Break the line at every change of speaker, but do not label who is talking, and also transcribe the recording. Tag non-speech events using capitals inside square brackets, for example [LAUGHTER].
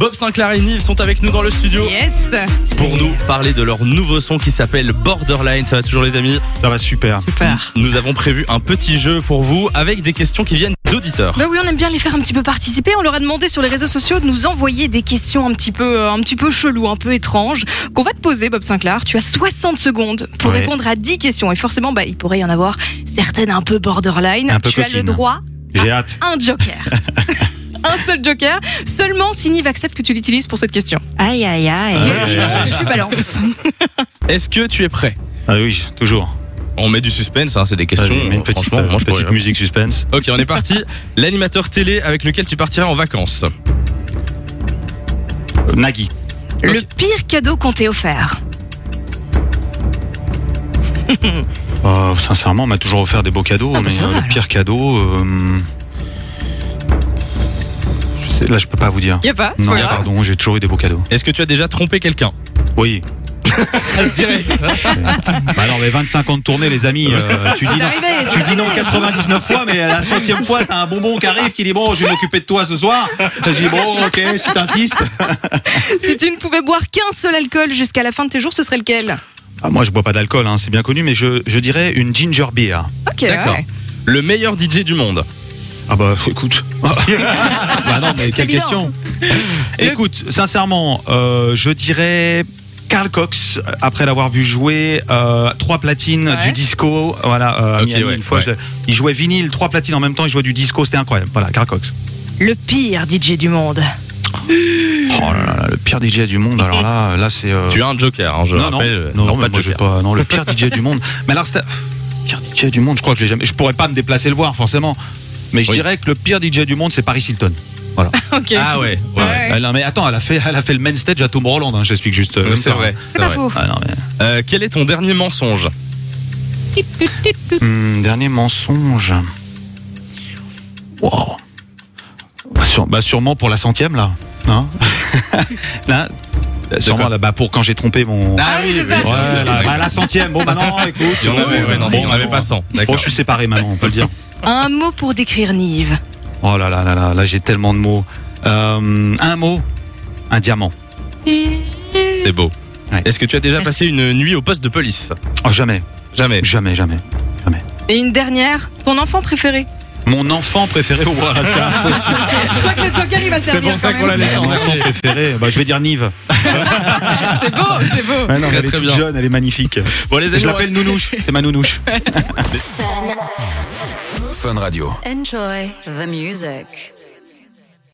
Bob Sinclair et Nive sont avec nous dans le studio
Yes
pour nous parler de leur nouveau son qui s'appelle Borderline. Ça va toujours les amis
Ça va super.
Super
Nous avons prévu un petit jeu pour vous avec des questions qui viennent d'auditeurs.
bah oui, on aime bien les faire un petit peu participer. On leur a demandé sur les réseaux sociaux de nous envoyer des questions un petit peu, euh, un petit peu chelou, un peu étranges, qu'on va te poser, Bob Sinclair. Tu as 60 secondes pour
Ouais.
répondre à 10 questions. Et forcément, bah, il pourrait y en avoir certaines un peu borderline.
Un peu
tu as le
coquines.
droit
J'ai hâte.
à un
[LAUGHS]
joker. un seul joker. Seulement si Nive accepte que tu l'utilises pour cette question.
Aïe aïe aïe.
Si elle dit non, tu balances.
Est-ce que tu es prêt
Ah oui, toujours.
On met du suspense, hein, c'est des questions.
Vas-y, mets une
euh,
petite,
franchement,
euh,
moi, je
petite
pourrais- hein.
musique suspense.
Ok, on est parti. [LAUGHS] L'animateur télé avec lequel tu partirais en vacances.
Euh, Nagui.
Le pire cadeau qu'on t'ait offert.
Oh, sincèrement, on m'a toujours offert des beaux cadeaux,
Ah, bah,
mais
ça
euh,
va,
le pire cadeau. euh, je sais- là, je peux pas vous dire.
Y a pas, c'est
non,
pas grave.
pardon, j'ai toujours eu des beaux cadeaux.
Est-ce que tu as déjà trompé quelqu'un
[LAUGHS]
Oui. Bah non, mais 25 ans de tournée, les amis. euh, tu, dis non,
arrivé, c'est
tu dis non 99 fois, mais à la centième fois, t'as un bonbon qui arrive qui dit Bon, je vais m'occuper de toi ce soir. J'ai dit Bon, ok, si t'insistes.
Si tu ne pouvais boire qu'un seul alcool jusqu'à la fin de tes jours, ce serait lequel
Ah, moi, je bois pas d'alcool, hein, c'est bien connu, mais je, je dirais une ginger beer.
Ok,
D'accord.
ouais.
Le meilleur DJ du monde.
Ah [LAUGHS] bah écoute. bah non mais quelle
évident.
question. Écoute, sincèrement, euh, je dirais Carl Cox après l'avoir vu jouer euh, trois platines
Ouais.
du disco. Voilà, euh, à
Ok,
Miami,
ouais,
une fois,
ouais.
je- il jouait vinyle, trois platines en même temps, il jouait du disco, c'était incroyable. Voilà, Carl Cox.
Le pire DJ du monde.
Oh là là, là, le pire DJ du monde. Alors là, là c'est. euh,
Tu as un joker, hein, je
non, non,
rappelle. euh,
non, non,
pas
mais
de
moi, j'ai
joker.
pas. Non, le pire DJ
[LAUGHS]
du monde. Mais alors, c'est. Pire DJ du monde, je crois que je l'ai jamais. Je pourrais pas me déplacer le voir, forcément. Mais je
Oui.
dirais que le pire DJ du monde, c'est Paris Hilton. Voilà.
[LAUGHS] Ok.
Ah ouais, ouais, ouais.
Ouais.
Ah non, mais attends, elle a fait, elle a fait le main stage à Tomorrowland, hein, je t'explique juste. euh,
Oui,
comme
C'est
ça.
vrai.
C'est pas
vrai.
faux.
Ah non, mais-
Euh, quel est ton dernier mensonge
Hmm, dernier mensonge. Wow. Bah, sûre- bah, sûrement pour la centième, là. Hein [LAUGHS] Là, Sûrement
quoi
là, bah, pour quand j'ai trompé mon.
Ah
oui, c'est ça.
Ouais, là, bah, la centième, bon bah non, écoute.
Il y en avait, ouais, non,
Bon,
il y en avait pas 100.
Bon,
D'accord.
je suis séparé maintenant, on peut le dire.
Un mot pour décrire Nive.
[LAUGHS] Oh là là là là, là j'ai tellement de mots. Euh, un mot, un diamant.
C'est beau.
Ouais.
Est-ce que tu as déjà
Merci.
passé une nuit au poste de police
Oh, jamais,
Jamais.
jamais, jamais.
Et une dernière, ton enfant préféré.
Mon enfant préféré au voilà, c'est impossible.
Je crois que le joker il va servir.
pour ça
quand
qu'on
même.
l'a laissé.
Mon
Ouais.
enfant préféré, bah, je vais dire Nive.
[LAUGHS] C'est beau, c'est beau.
Ah non,
Très,
elle est
très
toute
bien.
jeune, elle est magnifique.
Bon les amis,
Je
on
l'appelle
reste-
Nounouche,
[LAUGHS]
c'est ma Nounouche.
Enjoy the music.